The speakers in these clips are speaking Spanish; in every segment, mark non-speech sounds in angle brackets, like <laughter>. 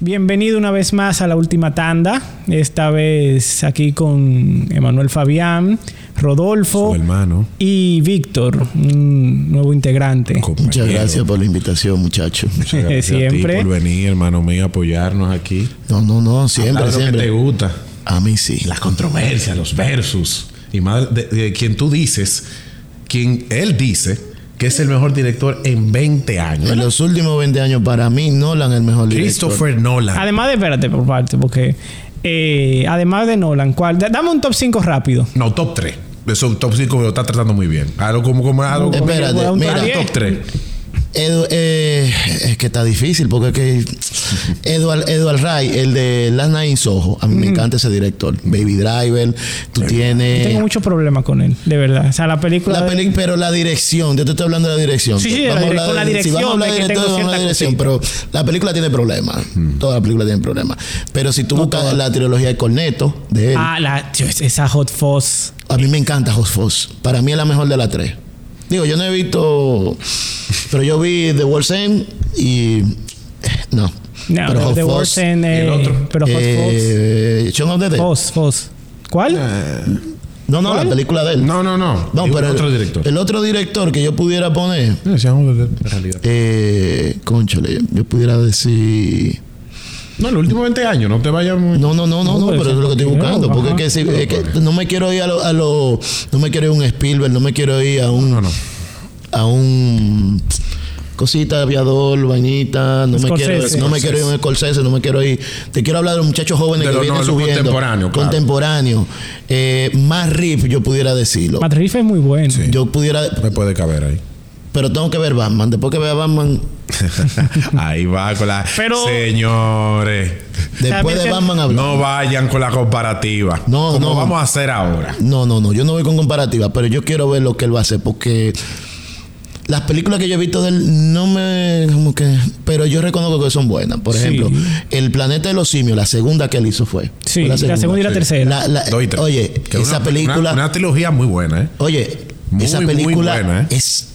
Bienvenido una vez más a la última tanda. Esta vez aquí con Emanuel Fabián, Rodolfo Su hermano. y Víctor, un nuevo integrante. compañero. Muchas gracias por la invitación, muchachos. Muchas gracias a Siempre. ti por venir, hermano mío, a apoyarnos aquí. No, no, no, siempre, Hablar de lo que te siempre. gusta. A mí sí. Las controversias, los versus. Y más de, de quien tú dices, quien él dice que es el mejor director en 20 En años. los últimos 20 años, para mí, Nolan es el mejor director. Christopher Nolan. Además de, espérate por parte, porque eh, además de Nolan, ¿cuál? Da- Dame un top 5 rápido. No, top 3. Eso, top 5 me lo está tratando muy bien. Algo como, como algo como Espérate, yo voy a un mira. top 3. Edu- eh, es que está difícil porque es que Eduard, Eduard Ray, el de Last Night in Soho, a mí Mm. me encanta ese director. Baby Driver, tú Tengo tienes. muchos problemas con él, de verdad. O sea, la película. La de- peli- pero la dirección, yo te estoy hablando de la dirección. Sí, sí, de la Vamos a direc- hablar con la de- si dirección, vamos a hablar de que de tengo director, vamos a hablar de ciertas dirección, pero la película tiene problemas. Mm. Toda la película tiene problemas. Pero si tú buscas la trilogía de Corneto, de él, Ah, la, tío, esa Hot Fuzz. A mí me encanta Hot Fuzz. Para mí es la mejor de las tres. Digo, yo no he visto. Pero yo vi The World's End y. No. No, pero Hot The Fuzz, Worst en, el eh, otro. Pero Hot eh, Ah, Shaun of the Dead. Fuzz. Fuzz, Fuzz. ¿Cuál? No, no, la película de él. No, no, no. No, Digo, pero otro el, director. el otro director que yo pudiera poner. No, sí, vamos a ver, en realidad. Eh, conchole, yo pudiera decir. No, en los últimos 20 años, no te vayas muy. No, no, no, No, no, no, pero pero es lo que estoy no, buscando. Porque es ajá. que, si- es que no me quiero ir a lo, a lo- No me quiero ir a un Spielberg, no me quiero ir a un. No, no. a un cosita de aviador, vainita, no me Scorsese. quiero, no me quiero ir a un Scorsese, no me quiero ir. Te quiero hablar de los muchachos jóvenes De que lo- vienen no, lo subiendo. contemporáneo, claro. Contemporáneo. Eh, más rip, yo pudiera decirlo. Matt Reeves es muy bueno. Yo pudiera, Me puede caber ahí. pero tengo que ver Batman. Después que vea Batman, <laughs> Ahí va con la. Pero- Señores. después También de se- Batman hablamos. No vayan con la comparativa. No, Como no. vamos a hacer ahora. No, no, no. Yo no voy con comparativa, pero yo quiero ver lo que él va a hacer porque las películas que yo he visto de él no me. Como que, pero yo reconozco que son buenas. Por ejemplo, El Planeta de los Simios, la segunda que él hizo fue. Sí, fue la segunda, y la sí. tercera. La- la- Dos y tres. Oye, Que esa una- película. Una, una trilogía muy buena, ¿eh? oye, Muy, esa muy película buena, ¿eh? es.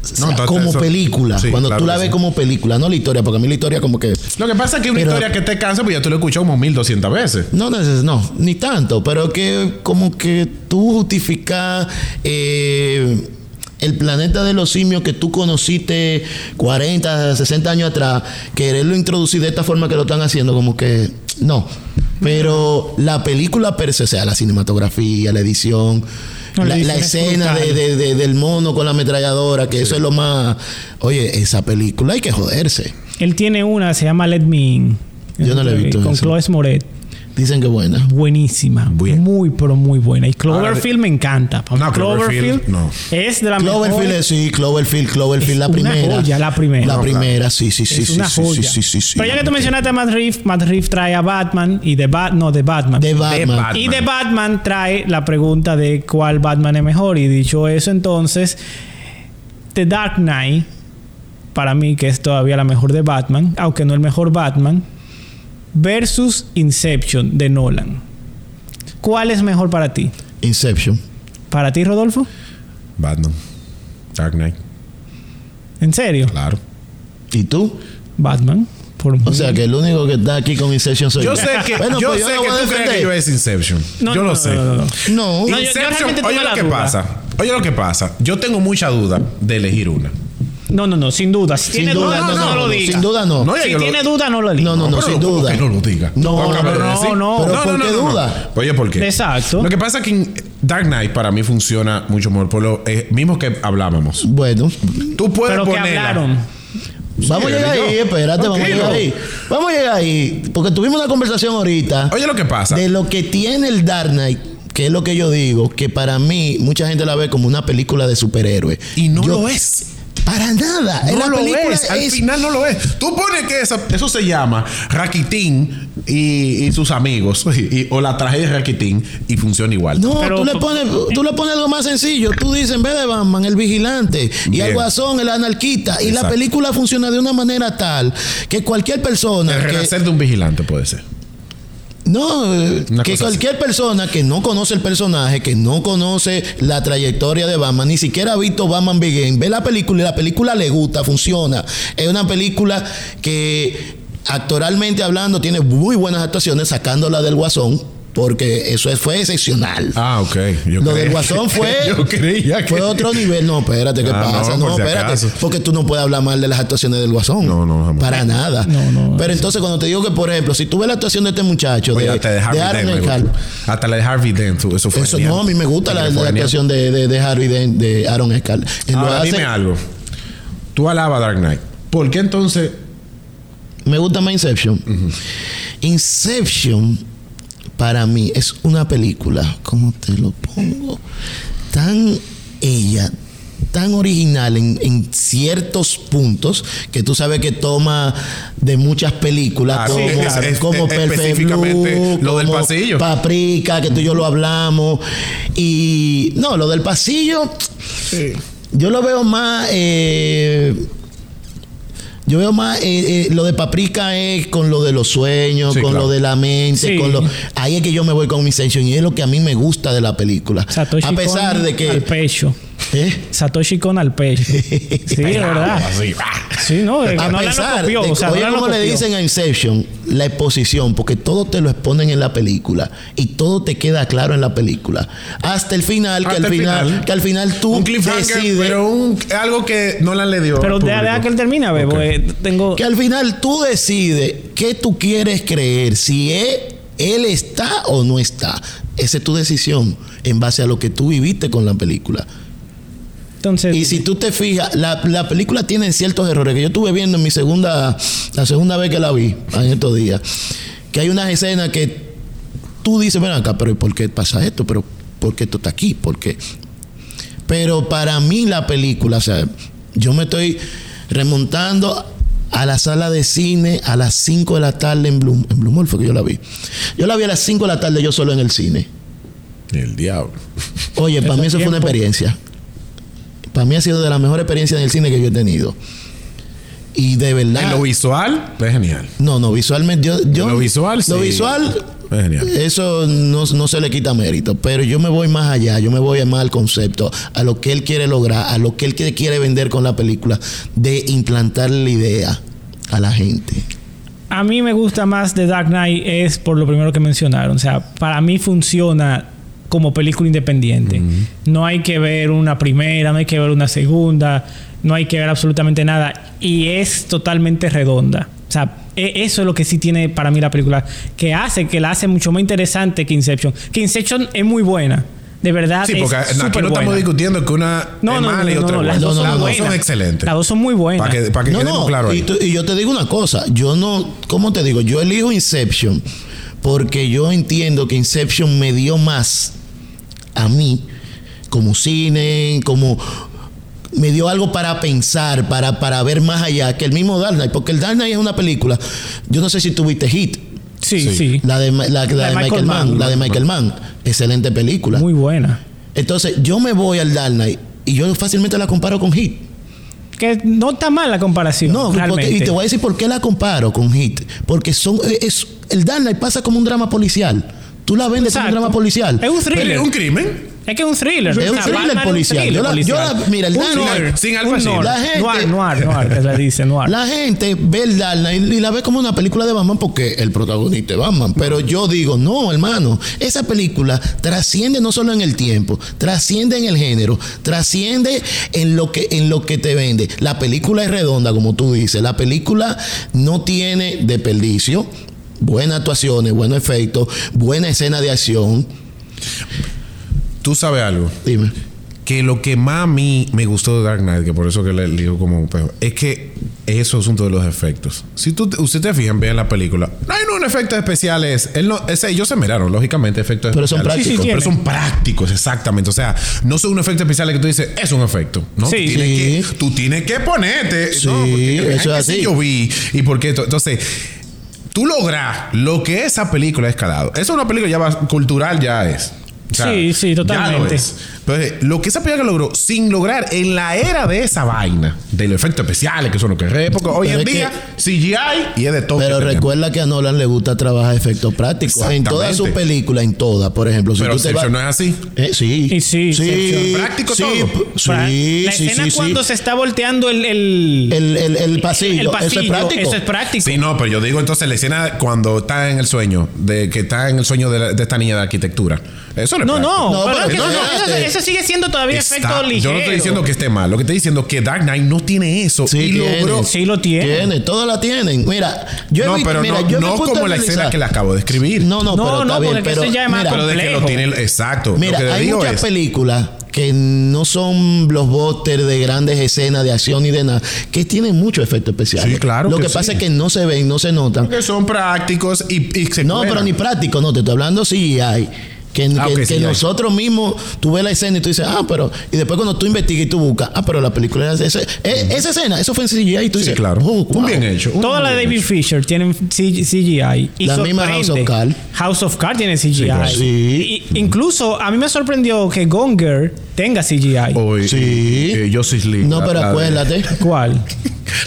o sea, No, entonces como eso- película. sí, Cuando claro tú la que ves sí. como película, no la historia, porque a mí la historia como que. Lo que pasa es que una Pero- historia que te cansa, pues ya tú lo escuchado como 1200 veces. No, no, no, ni tanto, pero que como que tú justificas eh, el planeta de los simios que tú conociste 40, 60 años atrás, quererlo introducir de esta forma que lo están haciendo, como que no. Pero la película per se, o sea, la cinematografía, la edición, No, la la, la edición es escena de- brutal. de- de- del mono con la ametralladora, que eso es lo más... Oye, esa película hay que joderse. Él tiene una, se llama Let Me In. Yo no la he visto Con esa. Chloe Moret. Dicen que buena. Buenísima. Bien. Muy, pero muy buena. Y Cloverfield me encanta. Pa' mí No, Cloverfield, no. Es de la Cloverfield, mejor. sí, Cloverfield, Cloverfield, Es la una primera. joya, la primera. La No, primera, sí, sí, sí, Es sí, una sí, joya. sí, sí, sí, sí. Pero ya que tú mencionaste a Matt Reeves, Matt Reeves trae a Batman y de Bat, no, de Batman. De Batman. Batman. Y de Batman trae la pregunta de cuál Batman es mejor. Y dicho eso, entonces, The Dark Knight, para mí que es todavía la mejor de Batman, aunque no el mejor Batman, versus Inception de Nolan. ¿Cuál es mejor para ti? Inception. ¿Para ti, Rodolfo? Batman. Dark Knight. ¿En serio? Claro. ¿Y tú? Batman. Por O sea que el único que está aquí con Inception soy yo. Yo sé que, Bueno, yo pues sé no que voy a tú crees que defender. yo es Inception. No, no, yo lo no, sé. no, no, no. No, No, yo- yo Inception, realmente oye tengo lo la que duda. pasa. Oye lo que pasa. Yo tengo mucha duda de elegir una. No, no, no, sin duda. Si sin tiene duda, duda no, no, no, lo no, diga. sin duda no. No, si yo lo- tiene duda, no lo diga. No, no, no, pero sin ¿cómo duda. que no lo diga. No, Tú acabas de no, decir. no. Pero no, ¿por no, qué no, no. duda? Oye, ¿por qué? Exacto. Lo que pasa es que en Dark Knight para mí funciona mucho mejor por lo eh, mismo que hablábamos. Bueno, Tú puedes Pero que ponerla. hablaron. vamos a llegar yo. ahí, espérate, vamos a Tranquilo. llegar ahí. Vamos a llegar ahí, porque tuvimos una conversación ahorita Oye lo que pasa. de lo que tiene el Dark Knight, que es lo que yo digo, que para mí mucha gente la ve como una película de superhéroes. Y no Yo- lo es. Para nada. No En la lo película es. Al final no lo es. Tú pones que esa- eso se llama Raquitín y, y sus amigos. <laughs> y- y- o la tragedia de Raquitín y funciona igual. No, Pero- tú, le pones, tú le pones algo más sencillo. Tú dices, en vez de Batman, el vigilante y Bien. el guasón, el anarquista. Y Exacto. la película funciona de una manera tal que cualquier persona El que, renacer de un vigilante puede ser. no, eh, Una que cosa así. cualquier persona que no conoce el personaje, que no conoce la trayectoria de Batman, ni siquiera ha visto Batman Begin, ve la película y la película le gusta, funciona. Es una película que actoralmente hablando, tiene muy buenas actuaciones, sacándola del guasón, porque eso fue excepcional. Ah, ok. Yo Lo creí- del Guasón fue, <laughs> Yo creía que. fue otro nivel. No, espérate, ¿qué Ah, pasa? no, No, por si espérate. acaso. Porque tú no puedes hablar mal de las actuaciones del Guasón. No, no, jamás. Para nada. No, no, Pero entonces, cuando te digo que, por ejemplo, si tú ves la actuación de este muchacho, Oye, de, hasta de Harvey de Dent. me Arnold gustó. Cal- Hasta la de Harvey Dent. tú, Eso fue. Eso genial. no, a mí me gusta la, Fue la genial. Ah, actuación de, de, de Harvey Dent- de Aaron Escal. Él lo Ahora hace- dime algo. Tú alabas Dark Knight. ¿Por qué entonces Me gusta más Inception. Inception, para mí, es una película, ¿cómo te lo pongo? Tan ella, tan original en, en ciertos puntos que tú sabes que toma de muchas películas, Claro, como, Ah, sí, claro. es- como es- Perfect específicamente Blue, lo del como pasillo. Paprika, que tú y yo lo hablamos. Y no, lo del pasillo, yo lo veo más. eh, yo veo más eh, eh, lo de Paprika es con lo de los sueños, Sí, con claro. lo de la mente, Sí. con lo ahí es que yo me voy con mi Inception y es lo que a mí me gusta de la película. Satoshi a pesar Kon de Al que pecho. ¿Eh? Satoshi con al <laughs> pecho. Sí, de verdad. Así, ah. Sí, no, de que a no la pesar copió. de- o sea, oye, Nolan lo como le copió. dicen a Inception la exposición, porque todo te lo exponen en la película y todo te queda claro en la película hasta el final, que Hasta al el final, final. que al final tú un cliffhanger, decides pero un, algo que Nolan le dio. Pero al deja, público. deja que él termina, bebé. Ok. porque Tengo. Que al final tú decides qué tú quieres creer, si e- él, está o no está. Esa es tu decisión en base a lo que tú viviste con la película. Entonces. Y si tú te fijas, la, la película tiene ciertos errores que yo estuve viendo en mi segunda, la segunda vez que la vi en estos días, que hay unas escenas que tú dices, ven acá, pero ¿y ¿por qué pasa esto? ¿Pero por qué esto está aquí? ¿Por qué? Pero para mí la película, o sea, yo me estoy remontando a la sala de cine a las 5 de la tarde en Blum, en Blumol fue que yo la vi. Yo la vi a las 5 de la tarde yo solo en el cine. El diablo. Oye, para Eso mí eso fue una tiempo. experiencia. Para mí ha sido de las mejores experiencias en el cine que yo he tenido. Y de En verdad. lo visual, es genial. No, no, visualmente. Yo, yo- Lo visual, Lo sí. visual. Es genial. Eso no, no se le quita mérito, pero yo me voy más allá, yo me voy más al concepto, a lo que él quiere lograr, a lo que él que- quiere vender con la película, de implantar la idea a la gente. A mí me gusta más de Dark Knight es por lo primero que mencionaron. O sea, para mí funciona como película independiente. No hay que ver una primera, no hay que ver una segunda, no hay que ver absolutamente nada. Y es totalmente redonda. O sea, e- eso es lo que sí tiene para mí la película. Que hace, que la hace mucho más interesante que Inception. Que Inception es muy buena. De verdad. Sí, es porque aquí no superbuena. estamos discutiendo que una No, no, es no, mala y no, otra no, es las buena. dos No, no, son no, buenas. son excelentes. Las dos son muy buenas. Para que, para que no, quedemos no, claros y, ahí. tú- y yo te digo una cosa, yo no, ¿cómo te digo? Yo elijo Inception porque yo entiendo que Inception me dio más a mí como cine, como me dio algo para pensar, para, para ver más allá que el mismo Dark Knight, porque el Dark Knight es una película. Yo no sé si tuviste Hit, Sí, Sí. sí. la de, Ma- la, la de Michael Mann, la de Michael Mann, excelente película. Muy buena. Entonces, yo me voy al Dark Knight y yo fácilmente la comparo con Hit. Que no está mal la comparación. No, pues, porque- realmente. y te voy a decir por qué la comparo con Hit. Porque son, eh, es, el Dark Knight pasa como un drama policial. Tú la vendes como Exacto. un drama policial. Es un thriller. ¿Un crimen? Es que es un thriller. Es un O sea, thriller Batman es un policial. thriller Yo la- yo la- mira, el Un Dan- noir, sin un Al Pacino. noir. La gente- Noir, noir, noir, que le dice noir. La gente ve el Dark Knight y la ve como una película de Batman porque el protagonista es Batman. Pero yo digo, no, hermano, esa película trasciende no solo en el tiempo, trasciende en el género, trasciende en lo que, en lo que te vende. La película es redonda, como tú dices. La película no tiene desperdicio. Buenas actuaciones, buenos efectos, buena escena de acción. Tú sabes algo. Dime. que lo que más a mí me gustó de Dark Knight, que por eso que le le digo como un pejo, es que eso es asunto de los efectos. Si tú, te- ustedes te fijan bien en la película, no hay unos efectos especiales. Él no, ese, ellos se miraron, lógicamente, efectos Pero son especiales. prácticos. Sí, sí, pero tiene. son prácticos, exactamente. O sea, no son unos efectos especiales que tú dices, es un efecto. No, Sí. tú, tienes Sí. que, tú tienes que ponerte. Sí, no, porque, eso es ay, que así. sí Yo vi. Y por qué. esto? Entonces, tú logras lo que esa película ha escalado. Esa es una película ya va- cultural, ya es. Sí, sí, ya lo totalmente. es. Pero lo que esa película logró, sin lograr en la era de esa vaina, de los efectos especiales, que son los que es época, hoy Pero en es día, CGI y es de todo. Pero que tenemos. recuerda que a Nolan le gusta trabajar efectos prácticos. En todas sus Exactamente. películas, en todas, por ejemplo. Si Pero tú te vas- Inception no es así. Eh, sí. Y sí, sí. Inception. Práctico sí, todo. p- Sí, Para- sí, la escena sí, sí. cuando se está volteando el, el, El, el, el pasillo. el Eso es pasillo, práctico. eso es práctico. Sí, no, pero yo digo entonces la escena cuando está en el sueño, de que está en el sueño de, la- de esta niña de arquitectura. Eso no No, es práctico. no, No, pero pero que no, eso, no. este- eso- eso sigue siendo todavía Está- efecto yo ligero. no estoy diciendo que esté mal, lo que estoy diciendo es que Dark Knight no tiene eso Sí, y tiene. logró. Sí lo tiene. Tiene, todas la tienen. Mira, yo he no, visto- pero mira, no, yo me no he puesto como a la escena analizar. que le acabo de escribir. No, no, No, pero está no, bien, porque pero eso ya es más mira, pero de que lo complejo. tiene. Exacto. Mira, lo que le hay digo muchas es. películas que no son blockbusters de grandes escenas de acción y de nada, que tienen mucho efecto especial. Sí, claro Lo que que, sí. pasa es que no se ven, no se notan. que son prácticos y, y se No, cuelan. pero ni práctico, no, te estoy hablando sí hay. Que, Ah, que- ok, que CGI. nosotros mismos, tú ves la escena y tú dices, ah, pero. Y después cuando tú investigas y tú buscas, ah, pero la película era ese- e- esa escena, eso fue en CGI y tú Sí, dices, claro. oh, Un wow. bien eh. hecho. un Todas las de bien David hecho. Fisher tienen C- CGI. Y La misma House of Cards. House of Cards tiene CGI. claro. Sí. Y- incluso a mí me sorprendió que Gonger tenga CGI. Hoy, Sí. eh, Justice League, No, la- la pero de- acuérdate. ¿Cuál?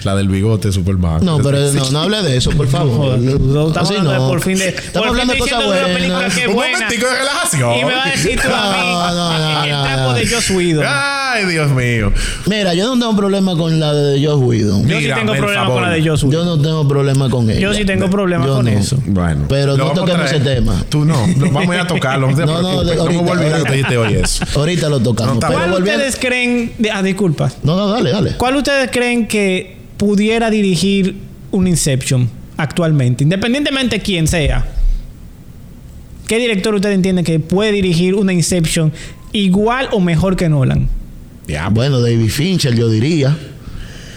La del bigote Superman. No, pero no, no hable de eso, por favor. jodas. <laughs> No, estamos Así hablando de no. por fin de- por Estamos fin hablando de cosas diciendo de una película buenas. que- Un buena. momentico de relajación. Y me va a decir <laughs> tú a mí No, no, no, el no, taco no. de Joss Whedon. Ay, Dios mío. Mira, yo no tengo problema con la de Joss Whedon. Yo sí mírame, tengo el problema favor. con la de Joss Whedon. Yo no tengo problema con ella. Yo sí tengo problema yo con no. eso. Bueno. Pero Lo no vamos a toquemos traer. ese tema. Tú no. Lo vamos a ir a tocarlo. No, <laughs> No, no, de- no me ahorita, voy a olvidar que ahorita. te dijiste hoy <laughs> eso. Ahorita lo tocamos. No, está pero ¿Cuál volviendo- ustedes creen... de- ah, disculpa. No, no, dale, dale. ¿Cuál ustedes creen que pudiera dirigir un Inception actualmente? Independientemente quién sea. ¿Qué director ustedes entienden que puede dirigir una Inception igual o mejor que Nolan? Ah, bueno, David Fincher, yo diría.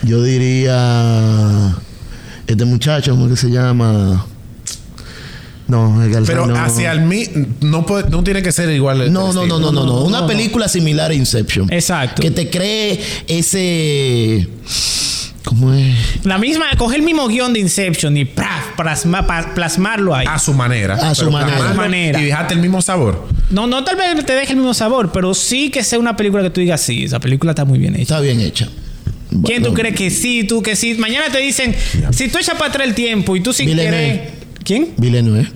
Yo diría. Este muchacho, ¿cómo que se llama? No, el Galván, Pero no. hacia el mí no, puede- no tiene que ser igual. el No, no, estilo. no, no, no, no. Una no. película similar a Inception. Exacto. Que te cree ese. ¿Cómo es? La misma, coger el mismo guión de Inception y ¡praf! plasma- pa- plasmarlo Ah. ahí. A su manera. A su Pero manera. plasmarlo Manera. Y dejarte el mismo sabor. No, no tal vez te deje el mismo sabor, pero sí que sea una película que tú digas, sí, esa película está muy bien hecha. Está bien hecha. ¿Quién tú Bueno, crees que sí, tú que sí? Mañana te dicen, si tú echas para atrás el tiempo y tú sin Villeneuve. querer... ¿Quién? Villeneuve.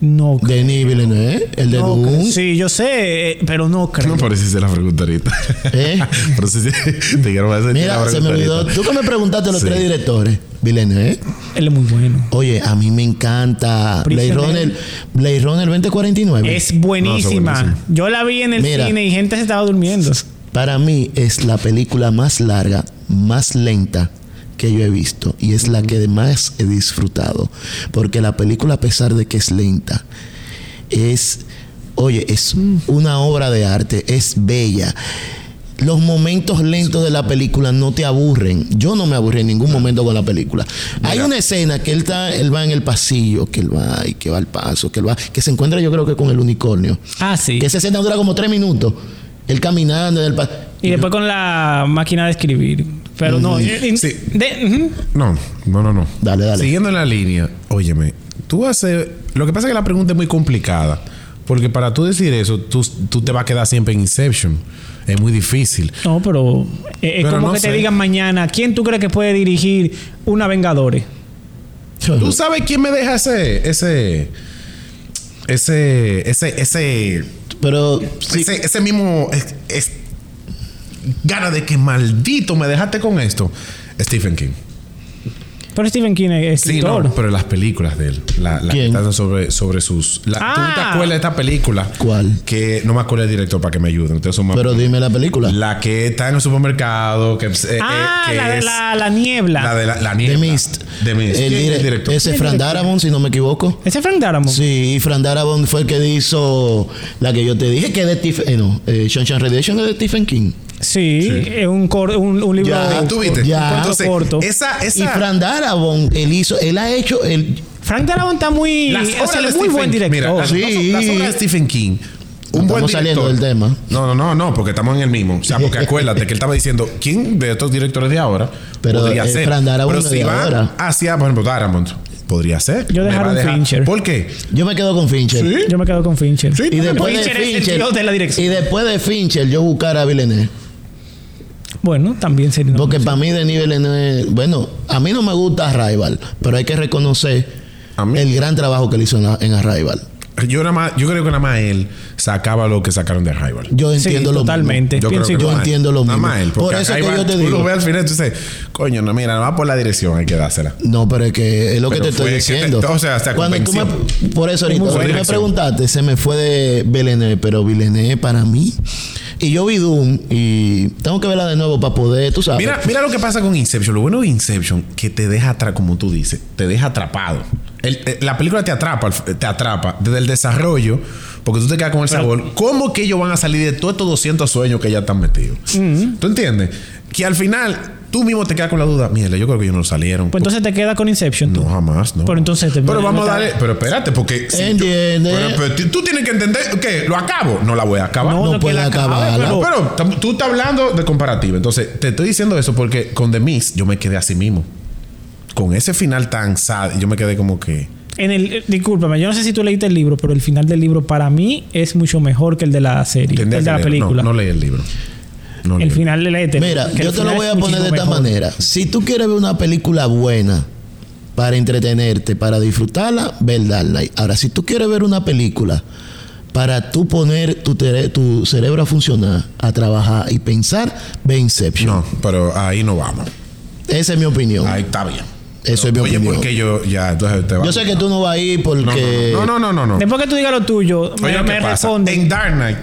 No, Denis Villeneuve, el de No, Dune. cre- Sí, yo sé, eh, pero no creo. <laughs> No, pero sí se la pregunta ahorita. ¿Eh? <laughs> Pero sí, sí, te quiero hacer la Mira, se me pregunta olvidó. ahorita. Tú que me preguntaste los Sí. tres directores. Villeneuve. Él es muy bueno. Oye, a mí me encanta Blade Prisionero. Runner, Blade Runner 2049. Es buenísima. buenísimo. yo la vi en el Mira. cine y gente se estaba durmiendo. Para mí es la película más larga, más lenta que yo he visto y es la que más he disfrutado, porque la película a pesar de que es lenta, es, oye, es una obra de arte, es bella. Los momentos lentos de la película no te aburren. Yo no me aburrí en ningún momento con la película. Hay una escena que él, está, él va en el pasillo, que él va y que va al paso, que él va, que se encuentra yo creo que con el unicornio. Ah, sí. Que esa escena dura como tres minutos. Él caminando en el pa- Y después con la máquina de escribir. Pero no. eh, Sí. de- ujú. No, no, no, no. Dale, dale. Siguiendo la línea, óyeme, tú haces. Lo que pasa es que la pregunta es muy complicada. Porque para tú decir eso, tú, tú te vas a quedar siempre en Inception. Es muy difícil. No, pero eh, es Pero como no que sé. te digan mañana, ¿quién tú crees que puede dirigir una Vengadores? ¿Tú sabes quién me deja ese. ese. ese. ese. ese. Pero sí, ese, ese mismo. es- es- gana de que maldito me dejaste con esto? Stephen King. Pero Stephen King es Sí, escritor. no, pero las películas de él. La, la ¿Quién? que tratan sobre, sobre sus. la- Ah. ¿Tú te acuerdas de esta película? ¿Cuál? Que no me acuerdo el director para que me ayuden. Ustedes son más. pero dime la película. la que está en el supermercado. Que, eh, eh, ah, que la de es la, la niebla. la de la, la The niebla. Mist. The Mist. El ¿Quién es dire- el director? Ese es Fran Darabont, si no me equivoco. ¿Ese es Frank Darabont? Sí, y Fran Darabont fue el que hizo la que yo te dije que es de Stephen... eh, no, eh, Shawshank Redemption es de Stephen King. Sí, es un, cor- un, un libro. Ya. Ah, ¿Tú viste? Ya. Entonces, Corto. esa. esa Y Fran Darabont, él hizo... Él ha hecho... El, Frank Darabont está muy. las o obras sea, de él es muy Stephen- buen Mira, director. las- Sí. las obras de Stephen King. Un Estamos buen director. saliendo del tema. No, no, no, no, porque estamos en el mismo. O sea, porque acuérdate que él estaba diciendo quién de estos directores de ahora Pero podría el ser. Fran Darabont Pero no si de va ahora. hacia, por ejemplo, Darabont. podría ser. Yo Me dejar va a un Fincher. ¿Por qué? Yo me quedo con Fincher. Sí. Yo me quedo con Fincher. Sí. Y después Fincher de es el Fincher, dios de la dirección. y después de Fincher, yo buscar a Villeneuve. Bueno, también sería una Porque para mí Denis Villeneuve, bueno, a mí no me gusta Arrival, pero hay que reconocer A mí- el gran trabajo que le hizo en, la- en Arrival. Yo, nada más, yo creo que nada más él sacaba lo que sacaron de Rival. Yo Sí, entiendo lo totalmente. Yo, Pienso creo que igual. nada más Yo entiendo lo él. Nada mismo. más él, porque Por eso es que Rival, yo te Tú digo. lo ves al final y tú dices, coño, no, mira, nada más por la dirección hay que dársela. mismo. No, pero es que es lo que Pero te estoy fue que te- diciendo. o sea, hasta Cuando tú me- convenció. por eso ahorita, Muy cuando buena me acción. preguntaste, se me fue de Villeneuve, pero Villeneuve para mí. Y yo vi Doom y tengo que verla de nuevo para poder, tú sabes. Mira, mira lo que pasa con Inception. Lo bueno de Inception que te deja atrapado, como tú dices, te deja atrapado. El- eh, la película te atrapa, te atrapa desde el desarrollo, porque tú te quedas con el sabor. ¿Cómo que ellos van a salir de todos estos 200 sueños que ya están metidos? ¿Tú entiendes? Que al final tú mismo te quedas con la duda. Mira, yo creo que ellos no salieron. Pues entonces te queda con Inception. tú. no, jamás, no. Pero entonces te- Pero vamos no a te- darle. Pero espérate, porque. si yo- Entiende. pero, pero ti- tú tienes que entender. ¿Qué? ¿Lo acabo? No la voy a acabar. No, no que puede la acabe, acabarla. pero- No, pero tam- tú estás hablando de comparativo. Entonces, te estoy diciendo eso porque con The Mist yo me quedé así mismo. Con ese final tan sad, yo me quedé como que. En el, eh, discúlpame, yo no sé si tú leíste el libro, pero el final del libro para mí es mucho mejor que el de la serie, el tendría de que la leerlo. película. No, no leí el libro. No leí el el- final E de la Mira, yo te lo voy a poner de esta manera. Si tú quieres ver una película buena para entretenerte, para disfrutarla, ver Dark Knight. Ahora, si tú quieres ver una película para tú poner tu, tere- tu cerebro a funcionar, a trabajar y pensar, ve Inception. No, pero ahí no vamos. Esa es mi opinión. Ahí está bien. Eso es mi Oye, opinión. porque yo ya. Entonces te va- Yo sé que tú no vas a ir No, porque... no, no, no, no, no. no. Después que tú digas lo tuyo, Oye, me, lo que me pasa. responde. En Dark Knight,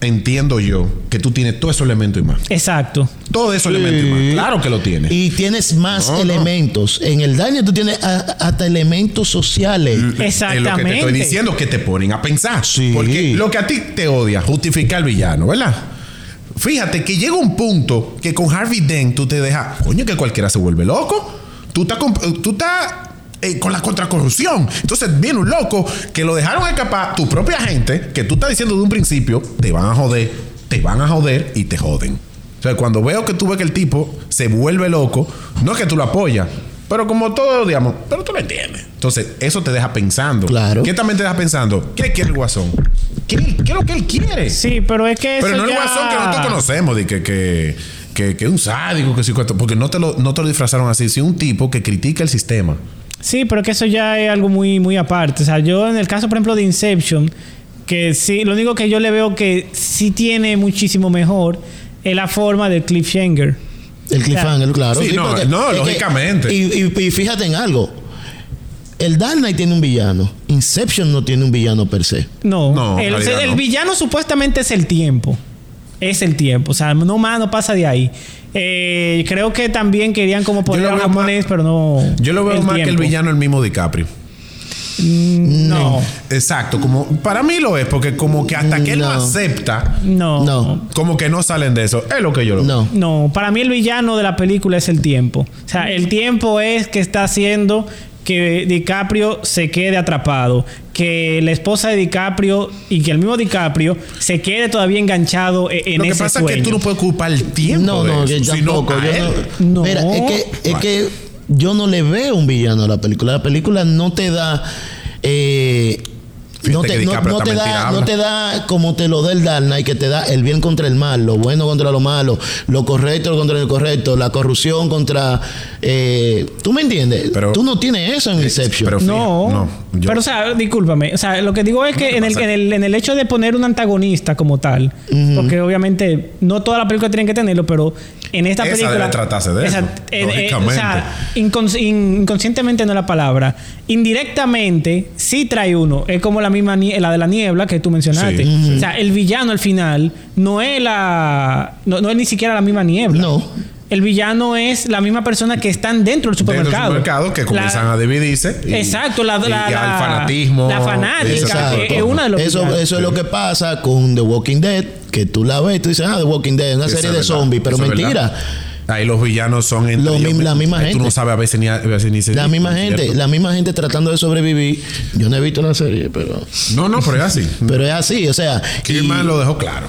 entiendo yo que tú tienes todos esos elementos y más. Exacto. Todos esos elementos y más. Claro que lo tienes. Y tienes más No, no. elementos. En el daño tú tienes a- hasta elementos sociales. Es lo que te Exactamente. estoy diciendo que te ponen a pensar. Sí. Porque lo que a ti te odia, justifica al villano, ¿verdad? Fíjate que llega un punto que con Harvey Dent tú te dejas, coño, que cualquiera se vuelve loco. Tú estás con, tú estás, eh, con la contracorrupción. Entonces viene un loco que lo dejaron escapar. Tu propia gente, que tú estás diciendo de un principio, te van a joder, te van a joder y te joden. O sea, cuando veo que tú ves que el tipo se vuelve loco, no es que tú lo apoyas, pero como todo, digamos, pero tú lo entiendes. Entonces, eso te deja pensando. Claro. ¿Qué también te deja pensando? ¿Qué quiere el guasón? ¿Qué, qué es lo que él quiere? Sí, pero es que pero eso no el ya- guasón que nosotros conocemos, de que, que, que, que es un sádico, que sí, cuánto, porque no te, lo, no te lo disfrazaron así, sino un tipo que critica el sistema. Sí, pero que eso ya es algo muy, muy aparte. O sea, yo en el caso, por ejemplo, de Inception, que sí, lo único que yo le veo que sí tiene muchísimo mejor es la forma del cliffhanger. El cliffhanger, claro. Sí, no, porque- no, es que- lógicamente. y, y- y fíjate en algo. El Dark Knight tiene un villano. Inception no tiene un villano per se. No, No, en el, realidad el no. villano supuestamente es el tiempo. Es el tiempo. O sea, no más, no pasa de ahí. Eh, creo que también querían como poner lo a un veo japonés, más- pero no. Yo lo veo más que el tiempo. Mm, villano el mismo DiCaprio. No, Exacto, como para mí lo es, porque como que hasta que él lo No. acepta, no, no. No. como que no salen de eso. Es lo que yo lo No. para mí el villano de la película es el tiempo. O sea, el tiempo es que está haciendo que DiCaprio se quede atrapado, que la esposa de DiCaprio y que el mismo DiCaprio se quede todavía enganchado e- en Lo que ese pasa es sueño. que tú no puedes ocupar el tiempo. No, no, de yo eso, sino tampoco. a yo él. No. no- Mira, es que, es Vale. que yo no le veo un villano a la película. La película no te da. eh, Fíjate no que te, no- DiCaprio no te también da, tira no habla. te da como te lo da el Dark Knight, que te da el bien contra el mal, lo bueno contra lo malo, lo correcto contra lo correcto, la corrupción contra. eh, ¿Tú me entiendes? Pero- eh, Tú no tienes eso en Inception. pero- No, No, yo- pero o sea, discúlpame. O sea, lo que digo es que en el, pasa? en, el, en el hecho de poner un antagonista como tal, porque obviamente no toda la película tienen que tenerlo, pero en esta Esa película. debe tratarse de esa- eso, en- en- o sea, lógicamente. incons- in- inconscientemente no es la palabra. Indirectamente sí trae uno. Es como la misma nie- la de la niebla que tú mencionaste. Sí, O sea, el villano al final no es la. No, no es ni siquiera la misma niebla. no. El villano es la misma persona que están dentro del Dentro del supermercado. supermercado que La- comienzan a dividirse. y- Exacto, la, y la, al la- fanatismo. La Eso fanática. todo. que Es una de los eso, villanos. eso es lo que pasa con The Walking Dead, que tú la ves y tú dices, ah, The Walking Dead, una Eso serie es de verdad, zombies, pero eso es mentira. verdad. Ahí los villanos son entre Lo ellos mi- la mismos. misma Tú gente. no sabes a veces ni, a veces ni se- La misma gente, ¿cierto? la misma gente tratando de sobrevivir. Yo no he visto la serie, pero <laughs> No, no, pero es así. pero es así, o sea, y- Kirman lo dejó claro.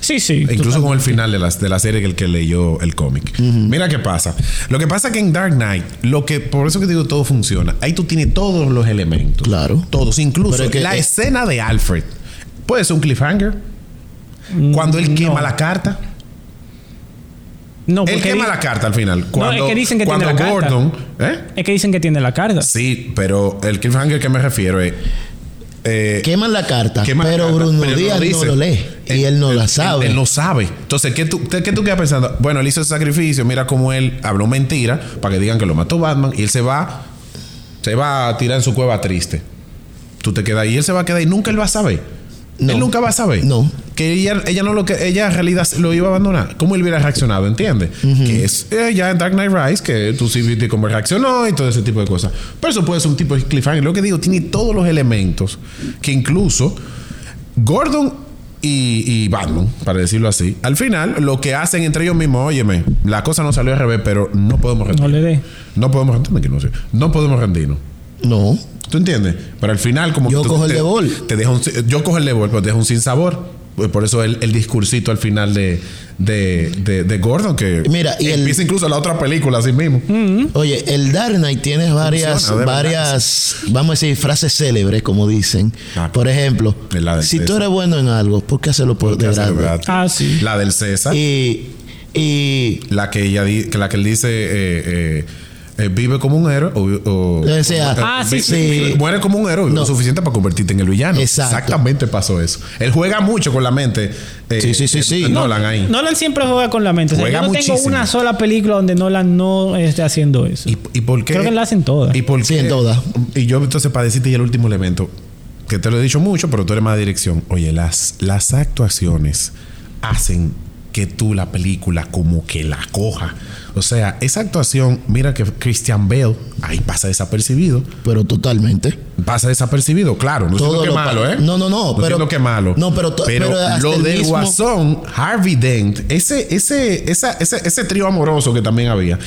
Sí, sí. Incluso con el final de la, de la serie que el que leyó el cómic. Mira qué pasa. Lo que pasa es que en Dark Knight, lo que, por eso que digo todo funciona, ahí tú tienes todos los elementos. Claro. Todos, incluso Pero es que- la eh. escena de Alfred. Puede ser un cliffhanger. Cuando Mm, él quema la carta. No, Él porque quema di- la carta al final. Cuando, es que dicen que cuando tiene la carta. Gordon, ¿eh? es que dicen que tiene la carga. Sí, pero el cliffhanger que me refiero es. eh, Queman la carta, Queman la pero carta, Bruno pero él no Díaz no, dice. Eh, lo lee y él, no la sabe. Él, él no sabe. Entonces, ¿qué tú, te- qué tú quedas pensando? Bueno, él hizo el sacrificio, mira cómo él habló mentira para que digan que lo mató Batman y él se va, se va a tirar en su cueva triste. Tú te quedas ahí, él se va a quedar y nunca él va a saber. No. Él nunca va a saber. No. Que ella, ella no lo que ella en realidad lo iba a abandonar. ¿Cómo él hubiera reaccionado? ¿Entiendes? Que es eh, ya en Dark Knight Rise, que tú sí viste cómo él reaccionó y todo ese tipo de cosas. Pero eso puede ser un tipo de cliffhanger. Lo que digo, tiene todos los elementos que incluso Gordon y, y Batman, para decirlo así, al final lo que hacen entre ellos mismos, óyeme, la cosa no salió al revés, pero no podemos No rendirnos. le dé. No podemos rendirnos, que no, sé. no podemos rendirnos. No. ¿Tú entiendes? Pero al final, como Yo tú- cojo el te- de bol. Te deja un, yo cojo el de bol, pero te deja un sin sabor. Pues Por eso el, el discursito al final de, de, de, de Gordon, que Mira, y el- Mm. empieza incluso la otra película así mismo. Oye, el Dark Knight tiene varias, ¿Mm? Funciona, de verdad. varias, vamos a decir, frases célebres, como dicen. Ah. Por ejemplo, De la de- si de- tú eres bueno en algo, ¿por qué hacerlo por Pues, Ya se lo detrás? verá. Ah, sí. La del César, Y, y la que ella di- que la que él dice eh, eh, eh, vive como un héroe o, o- O sea, o- eh, Ah, sí, vi- sí. vi- muere como un héroe No. lo suficiente para convertirte en el villano Exacto. exactamente pasó eso él juega mucho con la mente eh, Sí, sí, sí, sí. eh, Nolan ahí Nolan siempre juega con la mente. O sea, Juega yo no tengo muchísimo. una sola película donde Nolan no esté haciendo eso. ¿Y, y por qué? Creo que la hacen todas. ¿Y por Sí, qué? en todas. Y yo entonces para decirte ya el último elemento, que te lo he dicho mucho, pero tú eres más de dirección. Oye, las, las actuaciones hacen que tú la película como que la coja. O sea, esa actuación, mira que Christian Bale, ahí pasa desapercibido. pero totalmente. Pasa desapercibido, claro. No siento Todo que lo malo, pa- ¿eh? no, no, no, pero- siento que malo. no, pero to- pero hasta lo el del mismo- Guasón, Harvey Dent, ese, ese, esa, ese, ese trío amoroso que también había.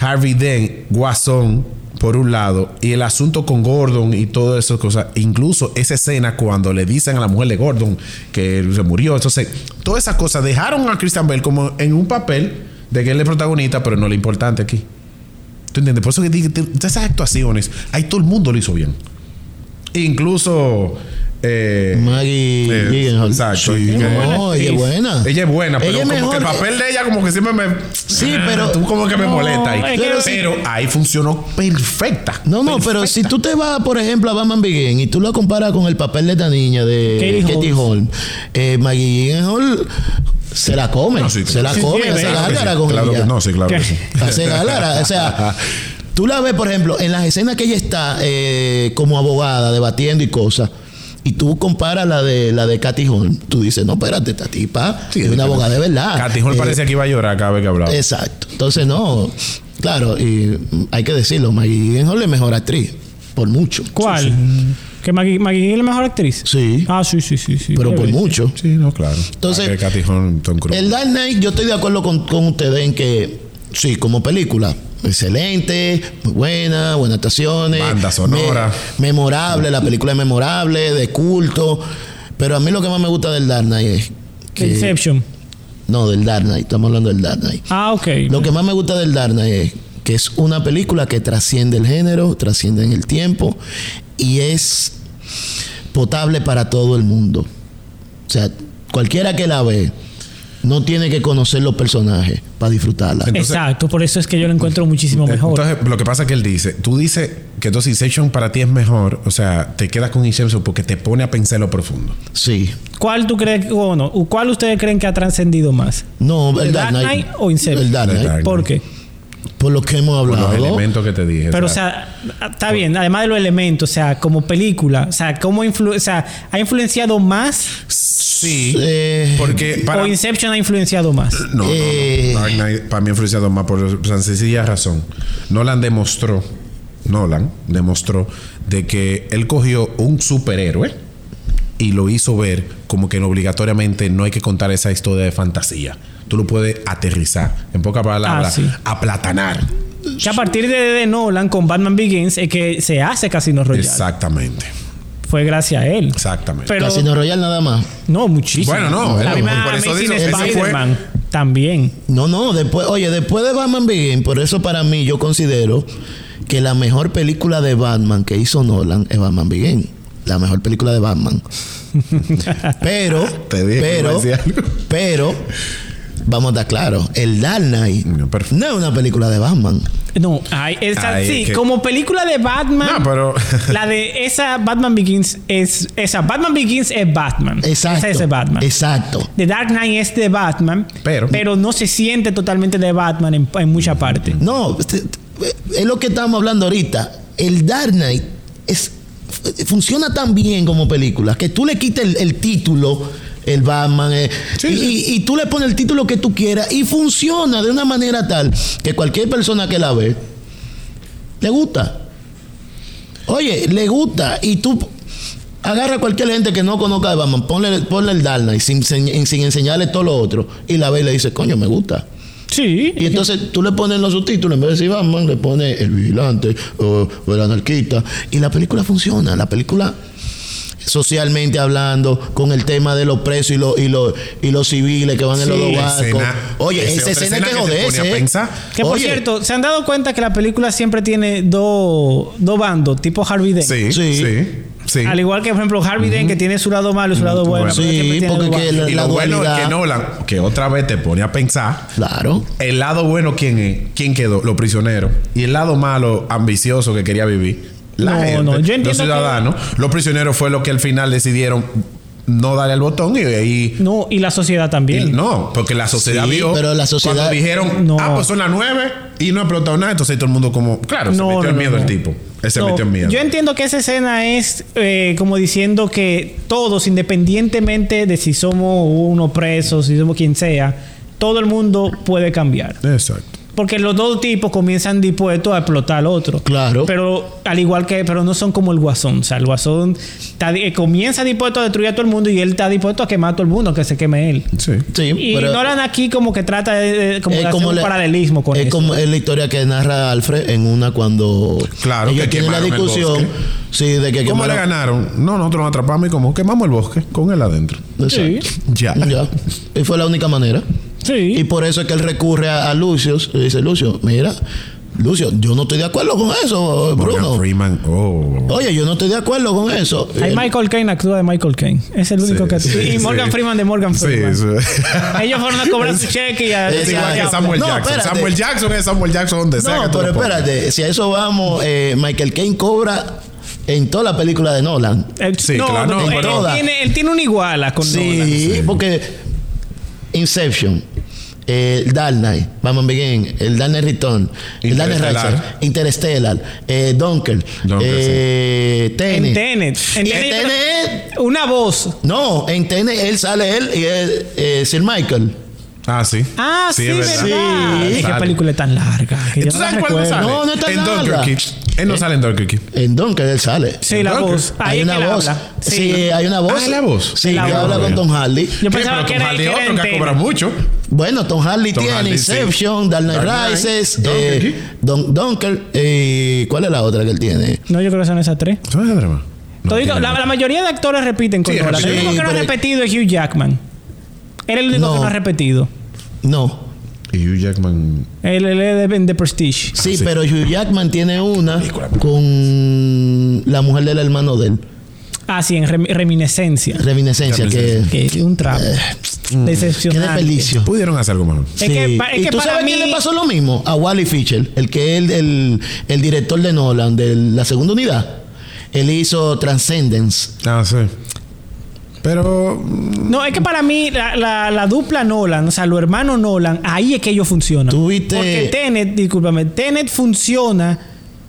Harvey Dent, Guasón, por un lado, y el asunto con Gordon y todas esas cosas. Incluso esa escena cuando le dicen a la mujer de Gordon que se murió. Entonces, todas esas cosas dejaron a Christian Bell como en un papel de que él es protagonista, pero no lo importante aquí. ¿Tú entiendes? Por eso que digo, te- todas esas actuaciones, ahí todo el mundo lo hizo bien. E Incluso. eh, Maggie eh, Gyllenhaal. Exacto. Y que- No, ella es buena. Ella es buena, pero Ella es como que el mejor. papel de ella, como que siempre me. Sí, <laughs> pero- Tú como que me No, molesta ahí. es que- Pero, ahí funcionó perfecta. No, no, pero si tú te vas, por ejemplo, a Batman Begin y tú lo comparas con el papel de esta niña de Katie Katie Holmes, eh, Maggie Gyllenhaal se la come, No, sí, se la sí, come, sí, hace claro que gárgara sí, con claro ella. que no, sí, claro que ¿Qué? sí. Hace gárgara, o sea, tú la ves, por ejemplo, en las escenas que ella está eh, como abogada, debatiendo y cosas. Y tú comparas la de la de Katy Holmes. Tú dices, no, espérate, esta tipa es una abogada de verdad. Katy Hall Eh, parecía que iba a llorar cada vez que hablaba. Exacto. Entonces, no. Claro, y mm, hay que decirlo, Maggie Gyllenhaal es mejor actriz. Por mucho. ¿Cuál? ¿Que Maggie, Maggie Gyllenhaal es la mejor actriz? Sí. Ah, sí, sí, sí. sí. Pero Ya por ves. mucho. Sí, no, claro. Entonces- Ah, que Katy Hall, Tom Cruise. El Dark Knight, yo estoy de acuerdo con, con ustedes en que, sí, como película, excelente, muy buena, buenas actuaciones. Banda sonora. me- memorable, la película es memorable, de culto. Pero a mí lo que más me gusta del Dark Knight es. Que, Inception. No, del Dark Knight, estamos hablando del Dark Knight. Ah, ok. Lo que más me gusta del Dark Knight es que es una película que trasciende el género, trasciende en el tiempo y es potable para todo el mundo. O sea, cualquiera que la ve no tiene que conocer los personajes para disfrutarla. Entonces- Pues, Exacto, por eso es que yo lo encuentro muchísimo mejor. Entonces, lo que pasa es que él dice, tú dices que entonces Inception para ti es mejor, o sea, te quedas con Inception porque te pone a pensar lo profundo. Sí. ¿Cuál tú crees, que- bueno, cuál ustedes creen que ha trascendido más? No, el Dark Dark Knight. Knight o Inception? El Dark El Dark Knight. ¿Por qué? Por lo que hemos Por los hablado. elementos que te dije. Pero, o sea, está bien, además de los elementos, o sea, como película, o sea, ¿cómo influ- o sea, ha influenciado más sí, Eh, porque para o Inception ha influenciado más? No, no, no. Eh. Dark Knight para mí ha influenciado más por tan sencilla razón. Nolan demostró, Nolan demostró de que él cogió un superhéroe y lo hizo ver como que obligatoriamente no hay que contar esa historia de fantasía. Tú lo puedes aterrizar, en pocas palabras, Ah, sí. aplatanar. Que a partir de, de Nolan con Batman Begins es que se hace Casino Royale. Exactamente. fue gracias a él. Exactamente. Pero- Casino Royal nada más. No, muchísimo. Bueno, no, La era- misma por eso Amazing digo, ese fue- Spider-Man también. No, no, después, oye, después de Batman Begin, por eso para mí yo considero que la mejor película de Batman que hizo Nolan es Batman Begin. La mejor película <laughs> de Batman. pero, Te dije que iba pero, a decir algo. pero, vamos a estar claros, el Dark Knight No, no, perfecto. es una película de Batman. No, ay, esa- Ay, sí, es que- como película de Batman. No, pero- <laughs> <laughs> la de esa Batman Begins es. Esa Batman Begins es Batman. Exacto. Esa es de Batman. Exacto. The Dark Knight es de Batman. Pero- no se siente totalmente de Batman en, en mucha parte. No, te- te- es lo que estamos hablando ahorita. El Dark Knight es, f- funciona tan bien como película que tú le quites el, el título, el Batman, eh, Sí, y, sí. y- y tú le pones el título que tú quieras y funciona de una manera tal que cualquier persona que la ve le gusta. Oye, le gusta y tú agarra a cualquier gente que no conozca de Batman, ponle, ponle el Dark Knight sin, sin, sin enseñarle todo lo otro y la ve y le dice, coño, me gusta. Sí. Y entonces tú le pones los subtítulos, en vez de decir Batman, le pones el vigilante o, o el anarquista. Y la película funciona. La película, socialmente hablando, con el tema de los presos y los, y los, y los civiles que van en los Sí, dos Esa barcos. escena- Oye, esa esa, otra escena, escena que que te jodece. pone a ¿eh? pensar. Que por Oye, cierto, se han dado cuenta que la película siempre tiene dos dos bandos, tipo Harvey Dent. Sí, sí, Sí. sí. Al igual que, por ejemplo, Harvey Dent, que tiene su lado malo y su lado bueno. bueno. pero Sí, siempre tiene porque dos que bandos. la- Y lo la bueno es dualidad. que Nolan, que otra vez te pone a pensar, Claro. el lado bueno, ¿quién es? ¿Quién quedó? Los prisioneros. Y el lado malo, ambicioso que quería vivir. La No, gente, no, yo entiendo los ciudadanos. Los prisioneros fue lo que al final decidieron no darle al botón y ahí. No, y la sociedad también. y no, porque la sociedad Sí, vio. pero la sociedad- Cuando dijeron, No. ah, pues son las nueve y no ha explotado nada, entonces ahí todo el mundo como. Claro, se No, metió no, en no, miedo no. el tipo. Él se No, metió en miedo. Yo entiendo que esa escena es eh, como diciendo que todos, independientemente de si somos uno preso, si somos quien sea, todo el mundo puede cambiar. Exacto. Porque los dos tipos comienzan dispuestos a explotar al otro. Claro. Pero al igual que, pero no son como el guasón. O sea, el guasón está di- eh, comienza dispuesto a destruir a todo el mundo y él está dispuesto a quemar a todo el mundo, que se queme él. Sí. Sí, Y pero- Nolan aquí como que trata de, de- como es de hacer un la- paralelismo con es eso. como es la historia que narra Alfred en una cuando Claro, ellos que tienen la quemaron el discusión bosque. sí de que ¿Cómo le quemaron- ganaron? No, nosotros nos atrapamos y como quemamos el bosque con él adentro. Exacto. Ya. Ya. Y fue la única manera. Sí. Y por eso es que él recurre a, a Lucio. y dice, Lucio, mira, Lucio, yo no estoy de acuerdo con eso, Morgan Bruno. Freeman. Oh. Oye, yo no estoy de acuerdo con eso. Ahí Él- Michael Caine actúa de Michael Caine. Es el único que Sí, actúa. sí, y Morgan sí. Freeman de Morgan Sí, Freeman. sí. <laughs> Ellos fueron a cobrar su <laughs> cheque y a... Es y a- Igual que Exacto. Samuel No, Jackson. espérate. Samuel Jackson es Samuel Jackson donde sea. que no, tú Eh, pero lo pongas. espérate, si a eso vamos, eh, Michael Caine cobra en toda la película de Nolan. Eh, Sí, no, claro, no, él, pero- él tiene, él tiene una iguala con Nolan. Sí, porque Inception, eh, Dark Knight, Batman Begin, el Dark Knight Return, el Dark Knight Interestelar. Rises, Interstellar, eh, Dunker, Dunker, eh, Tenet. En Tenet. En Y Tenet- en Tenet- Una voz. No, en Tenet él sale él y él, eh, Sir Michael. Ah, sí. Ah, sí, es verdad. Sí. Ay, qué Sale. película tan larga. Que yo ¿Tú no Eh, sabes la cuál no recuerdo. sale? No, no está En nada. Dunkirk. Él no sale en Dunkirk. En Dunker él sale. Sí, la Dunker. voz. Ahí hay es una que él voz. habla. Sí. hay una voz. Ah, la voz. Sí, La que voz. habla con Tom Hardy. Yo Sí, pensaba pero que Tom era, Hardy que es era otro en que ha cobrado Tenet. mucho. Bueno, Tom Hardy Tom tiene Hardy, sí. Inception, Dark Knight Dark Knight, Rises, Dunker, eh, Dun- Dunker. eh, ¿Cuál es la otra que él tiene? No, yo creo que son esas tres. ¿Sabes el drama? No, Te digo, la, tiene nada. la mayoría de actores repiten con Sí, Nolan. El sí, único que no ha pero- repetido es Hugh Jackman. Él es el único No. que no ha repetido. No. Y Hugh Jackman. Él él es de, de Prestige. Sí, sí. pero Hugh Jackman tiene una Película. con la mujer del hermano de él. Ah, sí, en Rem- Reminiscencia. Reminiscencia, que, Que es un trapo. que de Decepcionante. Felicio. Pudieron hacer algo mejor. Es que Sí. pa- es ¿Y que tú para sabes mí- quién le pasó lo mismo? A Wally Fisher, el que es el, el- el director de Nolan, de la segunda unidad. Él hizo Transcendence. Ah, sí. Pero. mm, No, es que para mí la, la- la dupla Nolan, o sea, los hermanos Nolan, ahí es que ellos funcionan. Tú viste- Porque Tenet, discúlpame, Tenet funciona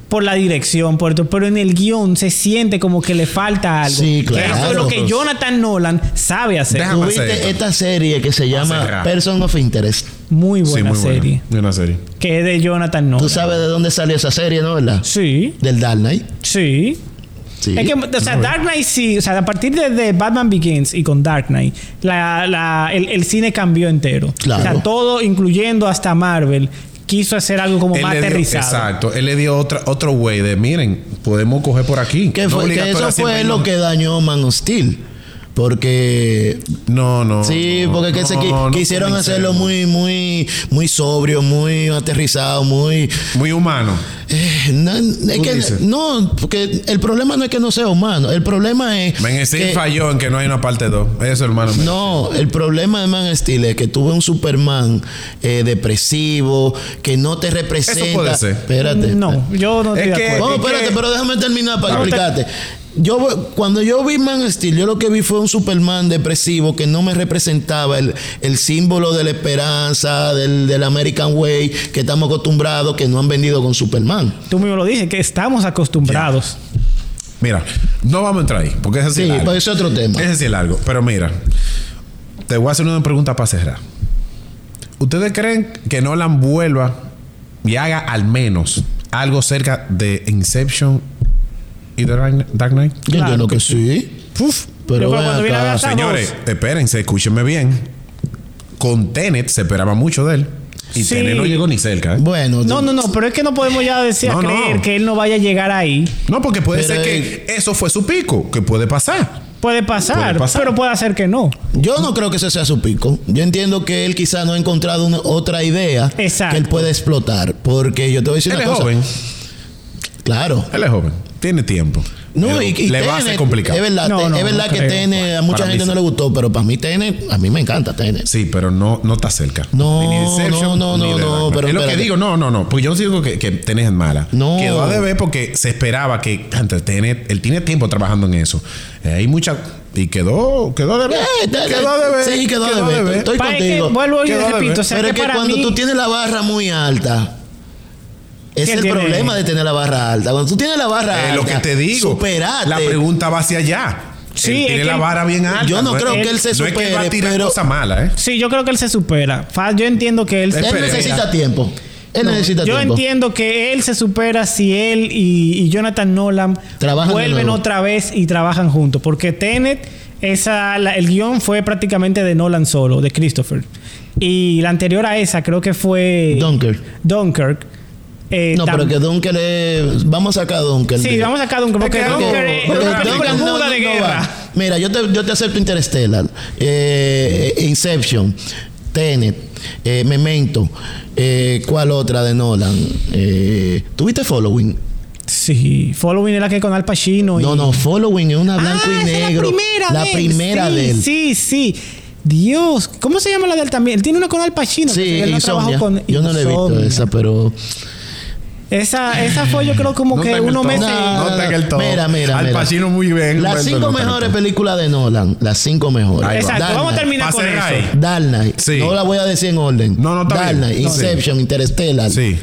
por la dirección, por tu- pero en el guión se siente como que le falta algo. Sí, Que Eso es claro. lo que Jonathan Nolan sabe hacer. Deja- ¿Tú Vamos a hacer viste esto. esta serie que se llama cerrar. Person of Interest. Muy buena Sí, muy buena. serie. Muy buena serie. Que es de Jonathan Nolan. Tú sabes de dónde salió esa serie, ¿no? ¿Verdad? Sí, Del Dark Knight. sí. Sí. Es que, o sea, Dark Knight sí, o sea, a partir de, de Batman Begins y con Dark Knight, la, la- el, el cine cambió entero. Claro. O sea, todo, incluyendo hasta Marvel, quiso hacer algo como Él más le dio- aterrizado. exacto. Él le dio otra, otro güey de, miren, podemos coger por aquí. Que, No fue, que obligatorio eso siempre fue hay lo un- que dañó Man of Steel. Porque. No, no. Sí, no, porque que se qui- no, no quisieron comencemos. hacerlo muy, muy, muy sobrio, muy aterrizado, muy. Muy humano. Eh, no, es Tú que- dices. no, porque el problema no es que no sea humano. El problema es. Ben Steel que- falló en que no hay una parte 2. Eso, hermano. No, el problema de Man Steel es que tuve un Superman eh, depresivo, que no te representa. puede ser. Espérate. No, yo no Es estoy de que- acuerdo. Oh, Es espérate, que- pero déjame terminar para No, te- explicarte. Yo vo- cuando yo vi Man Steel, yo lo que vi fue un Superman depresivo que no me representaba el, el símbolo de la esperanza, del, del American Way que estamos acostumbrados, que no han vendido con Superman. Tú mismo lo dije, que estamos acostumbrados. Mira, no vamos a entrar ahí, porque es Sí, así. pero ese es otro tema. Es decir, largo. Pero mira, te voy a hacer una pregunta para cerrar. ¿Ustedes creen que Nolan vuelva y haga al menos algo cerca de Inception y The Dark Dark Knight? Yo Claro entiendo que que sí. Uf. Yo Pero creo ven cuando viene a acá. ver- Señores, espérense, escúchenme bien. Con Tenet se esperaba mucho de él. Y Sí. Tenet no llegó ni cerca. ¿eh? Bueno, No, no, no, pero es que no podemos ya decir a No, no. creer que él no vaya a llegar ahí. No, porque puede Pero, ser que eso fue su pico, que puede pasar. Puede pasar, Puede pasar. pero puede hacer que no. Yo no creo que ese sea su pico. Yo entiendo que él quizá no ha encontrado una- otra idea Exacto. que él puede explotar. Porque yo te voy a decir Él una es cosa. joven, Claro. él es joven, tiene tiempo. No, Pero y, y le va a TN, ser complicado. Es verdad, No, te- no, es verdad no que creo. TN a Para mucha mí gente no sí. le gustó, pero para mí TN, a mí me encanta TN. Sí, pero no, no está cerca. No, Ni de Inception, no, no, ni de no, Dark no, Knight. pero Es lo que espérate. digo, no, no, no. Porque yo no digo que, que tenés en mala. No. Quedó a deber porque se esperaba que antes Tenet, él tiene tiempo trabajando en eso. Eh, hay mucha. Y quedó, quedó a deber. Eh, te- quedó a deber. sí, quedó a a deber. Estoy Pa- es que contigo. vuelvo y Quedó de ver. repito, o sea, pero es que que para cuando mí- tú tienes la barra muy alta, es ¿Qué el tiene? problema de tener la barra alta. Cuando tú tienes la barra Es alta, lo que te digo. superate. La pregunta va hacia allá. Sí, Él es tiene que la él- vara bien alta. Yo no es- creo que él se No es que él va a supere, tirar pero- cosas malas, ¿eh? Sí, yo creo que él se supera. Fa- Yo entiendo que él él Espere, necesita tiempo. Él necesita Yo tiempo. entiendo que él se supera si él y, y Jonathan Nolan Trabajan de vuelven nuevo. otra vez y trabajan juntos. Porque Tenet, esa, la- el guión fue prácticamente de Nolan solo, de Christopher. Y la anterior a esa creo que fue Dunker. Dunkirk. Eh, No, tam- pero que Dunker es... Vamos a sacar a Dunker. Sí, tío. vamos a sacar Dunker. Es Porque que Dunker Dunker- es Porque una película Dunker muda de no guerra. va. Mira, yo te, yo te acepto Interstellar, eh, eh, Inception, Tenet, eh, Memento, eh, ¿cuál otra de Nolan? Eh, ¿Tuviste Following? Sí, Following era que con Al Pacino. y- No, no, Following es una blanco Ah, y esa es negro. de él. primera sí, de él. Sí, sí. Dios, ¿cómo se llama la de él también? Él tiene una con Al Pacino. que Sí, él no Insomnia. trabajó con Yo no la he visto Insomnia. esa, pero. Esa, esa fue yo creo como No que tengo el uno top. mes... No, No tengo el top. Mira, mira, Al mira. Pacino muy bien. Las Bueno, cinco no tengo mejores top. películas de Nolan. Las cinco mejores. Ahí va. Exacto, Dark vamos a Knight. terminar Pase con eso. ahí. Dark Knight. Sí. No la voy a decir en orden. No, no, está Dark bien. Knight, No, Inception, Interstellar. Sí.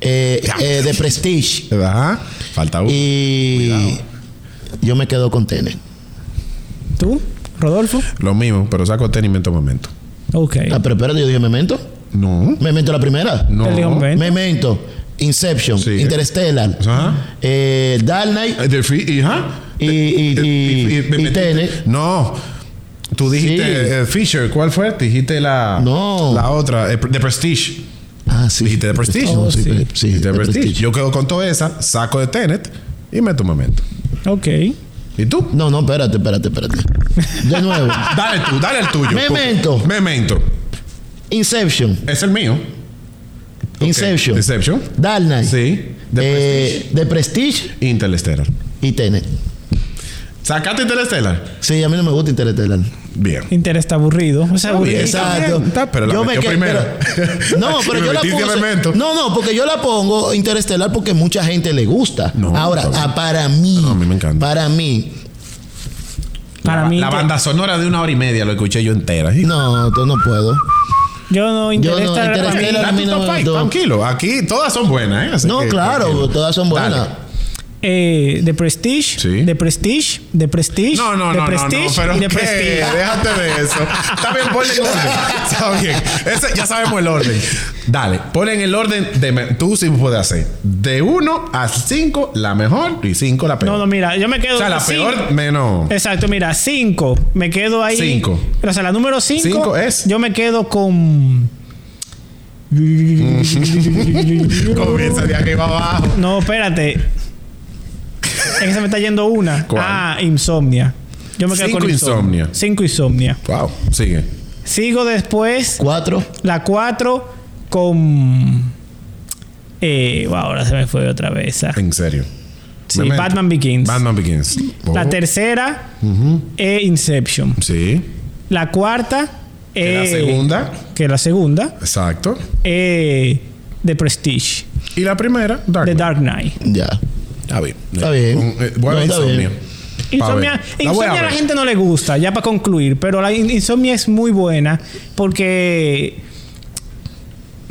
Eh, eh, The Prestige. Ajá. Falta uno. Y yo me quedo con Tenet. ¿Tú? ¿Rodolfo? Lo mismo, pero saco tenis en momento. Ok. Ah, pero espérate, yo dije Memento. No. Memento la primera. No. Él dijo, "Ven". Memento, Inception, Sí. Interstellar, Ajá. eh, Dark Knight Eh, de fi- y- ajá. y, y, Eh, y- y- y- me y metiste- Tenet. No. Tú dijiste Sí. eh, Fisher, ¿cuál fue? Dijiste la, No. la otra, eh, The Prestige. Ah, sí. Dijiste The Prestige. Oh, sí, Sí. pe- sí, Dijiste The The Prestige. Prestige. Yo quedo con toda esa, saco de Tenet y meto un momento. Ok. ¿Y tú? No, no, espérate, espérate, espérate. <laughs> De nuevo. Dale tú, dale el <laughs> tuyo. Memento. Memento. Inception, Es el mío. Inception, Inception. Dark Knight, Sí. The eh, The Prestige Prestige. Interstellar. y Tenet. ¿Sacaste Interstellar? Sí, a mí no me gusta Interstellar. Bien. Interés está aburrido. O sea, aburrido. bien. Exacto. también, está, pero la metió quedé- primero. pero- no, <laughs> pero Me yo la metiste a pongo. Memento. No, no, porque yo la pongo interestelar porque mucha gente le gusta. No, Ahora, está bien. ah, para mí. No, a mí me encanta. Para mí. Para la, mí... la Inter- banda sonora de una hora y media lo escuché yo entera. No, yo no puedo. Yo no interés no, está- para mí- Interstellar- Da a mí tu no top me five, gustó. tranquilo. Aquí todas son buenas, ¿eh? Así No, que claro, tranquilo. todas son buenas. Dale. Eh, The Prestige, Sí. The Prestige, The Prestige, No, no, The no, no, Prestige no, pero y The ¿qué? Prestige. déjate de eso. Está bien, ponle <laughs> el orden. Está bien. Ese- ya sabemos el orden. Dale, pon en el orden de... me- Tú sí puedes hacer. De 1 a 5, la mejor, y 5 la peor. No, no, mira, yo me quedo o sea, la sí. peor menos... Exacto, mira, 5. Me quedo ahí. Cinco. O sea, la número 5. Cinco es. Yo me quedo con. Comienza de arriba abajo. <laughs> No, espérate. Es que se me está yendo una. ¿Cuál? Ah, insomnia. Yo me quedo Cinco con Insomnia. Cinco insomnia. Wow, sigue. Sigo después Cuatro. la 4 con. Eh, wow, ahora se me fue otra vez. esa. En serio. Sí, Memento. Batman Begins. Batman Begins. La Oh, tercera es Inception. Sí. La cuarta Que es. La segunda. Que la segunda Exacto. es. The Prestige. Y la primera, Dark. The Knight. Dark Knight. Ya. Está bien. Está bien. Un- eh, voy a No, ver está bien. Insomnia. Pa' ver. Insomnia, La voy Insomnia a la ver. gente no le gusta, ya para concluir, pero la in- Insomnia es muy buena porque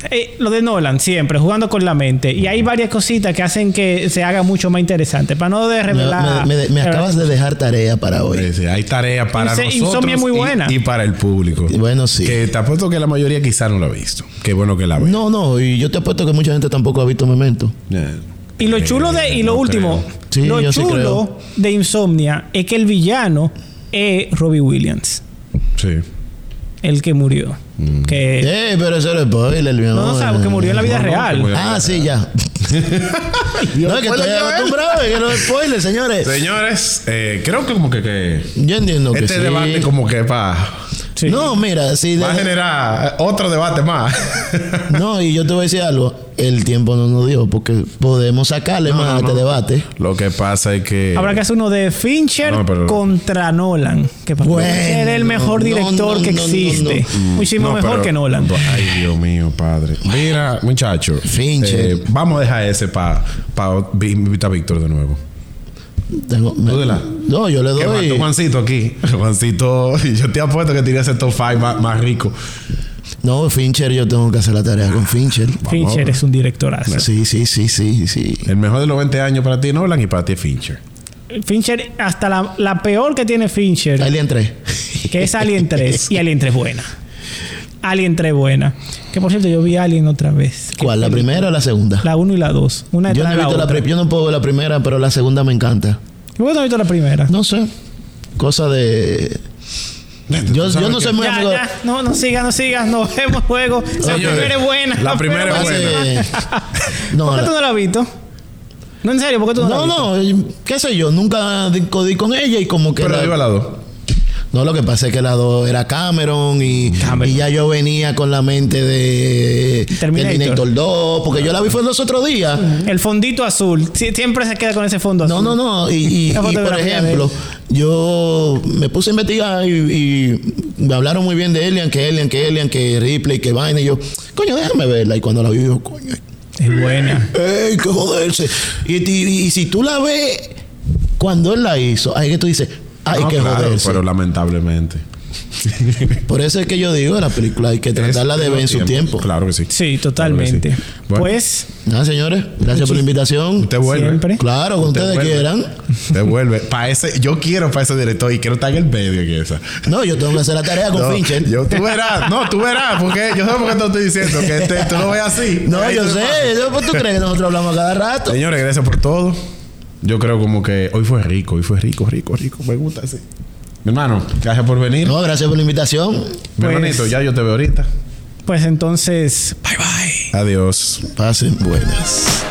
eh, lo de Nolan siempre, jugando con la mente. Y hay varias cositas que hacen que se haga mucho más interesante. Para no de Me, revelar. me- me- me acabas de dejar tarea para hoy. Dice, Hay tarea para Inse- nosotros Insomnia es muy y- buena. Y, para el público. Bueno, sí. Que te apuesto que la mayoría quizá no lo ha visto. Qué bueno que Pues. la ve. No, no, y yo te apuesto que mucha gente tampoco ha visto Memento. Eh, Y lo chulo de. Y lo no último. creo. Sí, lo yo sí chulo de Insomnia es que el villano es Robbie Williams, Sí. el que murió. Que. Eh, pero eso era spoiler, mi No, no amor. sabes, que murió en la vida No, no, que real. murió. Ah, <laughs> sí, ya. no, es que Bueno, estoy Joel. acostumbrado, es que los spoilers, señores. Señores, eh, creo que como que, que Yo entiendo que este sí. debate como que va, Sí. No, mira, sí. va a de- generar otro debate más. <laughs> No, y yo te voy a decir algo. El tiempo no nos dio porque podemos sacarle más a este debate. Lo que pasa es que... Habrá que hacer uno de Fincher Eh, No, pero- contra Nolan. Que para Bueno, ser el mejor no, director no, que no, no, existe. Muchísimo No, mejor pero- que Nolan. Ay, Dios mío, padre. Mira, muchacho. Fincher. eh, vamos a dejar ese para pa, vi- invitar a Víctor de nuevo. Tengo- me- Tú dela. no, yo le Que mató doy. Juancito aquí. <laughs> Juancito, yo te apuesto que tenía ese top 5 más, más rico. No, Fincher, yo tengo que hacer la tarea con Fincher. Fincher es un directorazo. Sí, sí, sí, sí, sí. El mejor de los 20 años para ti es Nolan y para ti es Fincher. Fincher, hasta la, la peor que tiene Fincher, Alien 3. que es Alien 3. Y Alien 3 buena. Alien 3 buena. Que por cierto, yo vi Alien otra vez. Que- ¿Cuál? ¿La primera o la segunda? La 1 y la 2. Una yo detrás no he de la visto la otra. pri- yo no puedo ver la primera, pero la segunda me encanta. ¿Por qué no has visto la primera? No sé. Cosa de. Yo, Tú sabes yo no que- soy muy Ya, amigo. ya, no, no sigas, no sigas, no vemos luego. La Señores, primera es buena. la primera es pero- buena. <laughs> No, ¿Por qué la- tú no la has visto? No, en serio, ¿por qué tú no, la has No, visto? no, qué sé yo, nunca di- codí con ella y como que. Pero la- yo al lado. No, lo que pasa es que la dos era Cameron y, Cameron. y ya yo venía con la mente de Terminator. Terminator 2, porque yo la vi fue los otros días. El fondito azul. Sie- Siempre se queda con ese fondo azul. No, no, no. Y, y- La y, por fotografía de ejemplo, yo me puse a investigar y, y me hablaron muy bien de Elian, que Elian, que Elian, que Ripley, que vaina. Y yo, coño, déjame verla. Y cuando la vi, yo, coño, Es buena. ¡Ey, qué joderse! Y, y- y si tú la ves cuando él la hizo, ahí que tú dices, ¡ay, No, qué claro, joderse! Pero <laughs> lamentablemente. Por eso es que yo digo, la película hay que tratarla Es de ver en su tiempo. Claro que sí. Sí, totalmente. Claro que sí. Bueno. Pues, Nada, señores, gracias por la invitación. Te vuelve. siempre. Claro, cuando Te ustedes vuelve. quieran. Te vuelve. Pa ese, yo quiero para ese director y quiero estar en el medio que esa. No, yo tengo que hacer la tarea con No, Fincher. yo, tú verás, no, tú verás, porque yo sé por qué te lo estoy diciendo, que este, tú lo ves así. No, Ahí yo te sé. pasa. yo- pues, ¿Tú crees que nosotros hablamos cada rato? Señores, gracias por todo. Yo creo como que hoy fue rico, hoy fue rico, rico, rico. Me gusta así. Mi hermano, gracias por venir. No, gracias por la invitación. Mi Pues- hermanito, ya yo te veo ahorita. pues entonces, bye bye. Adiós. Pasen pues. buenas.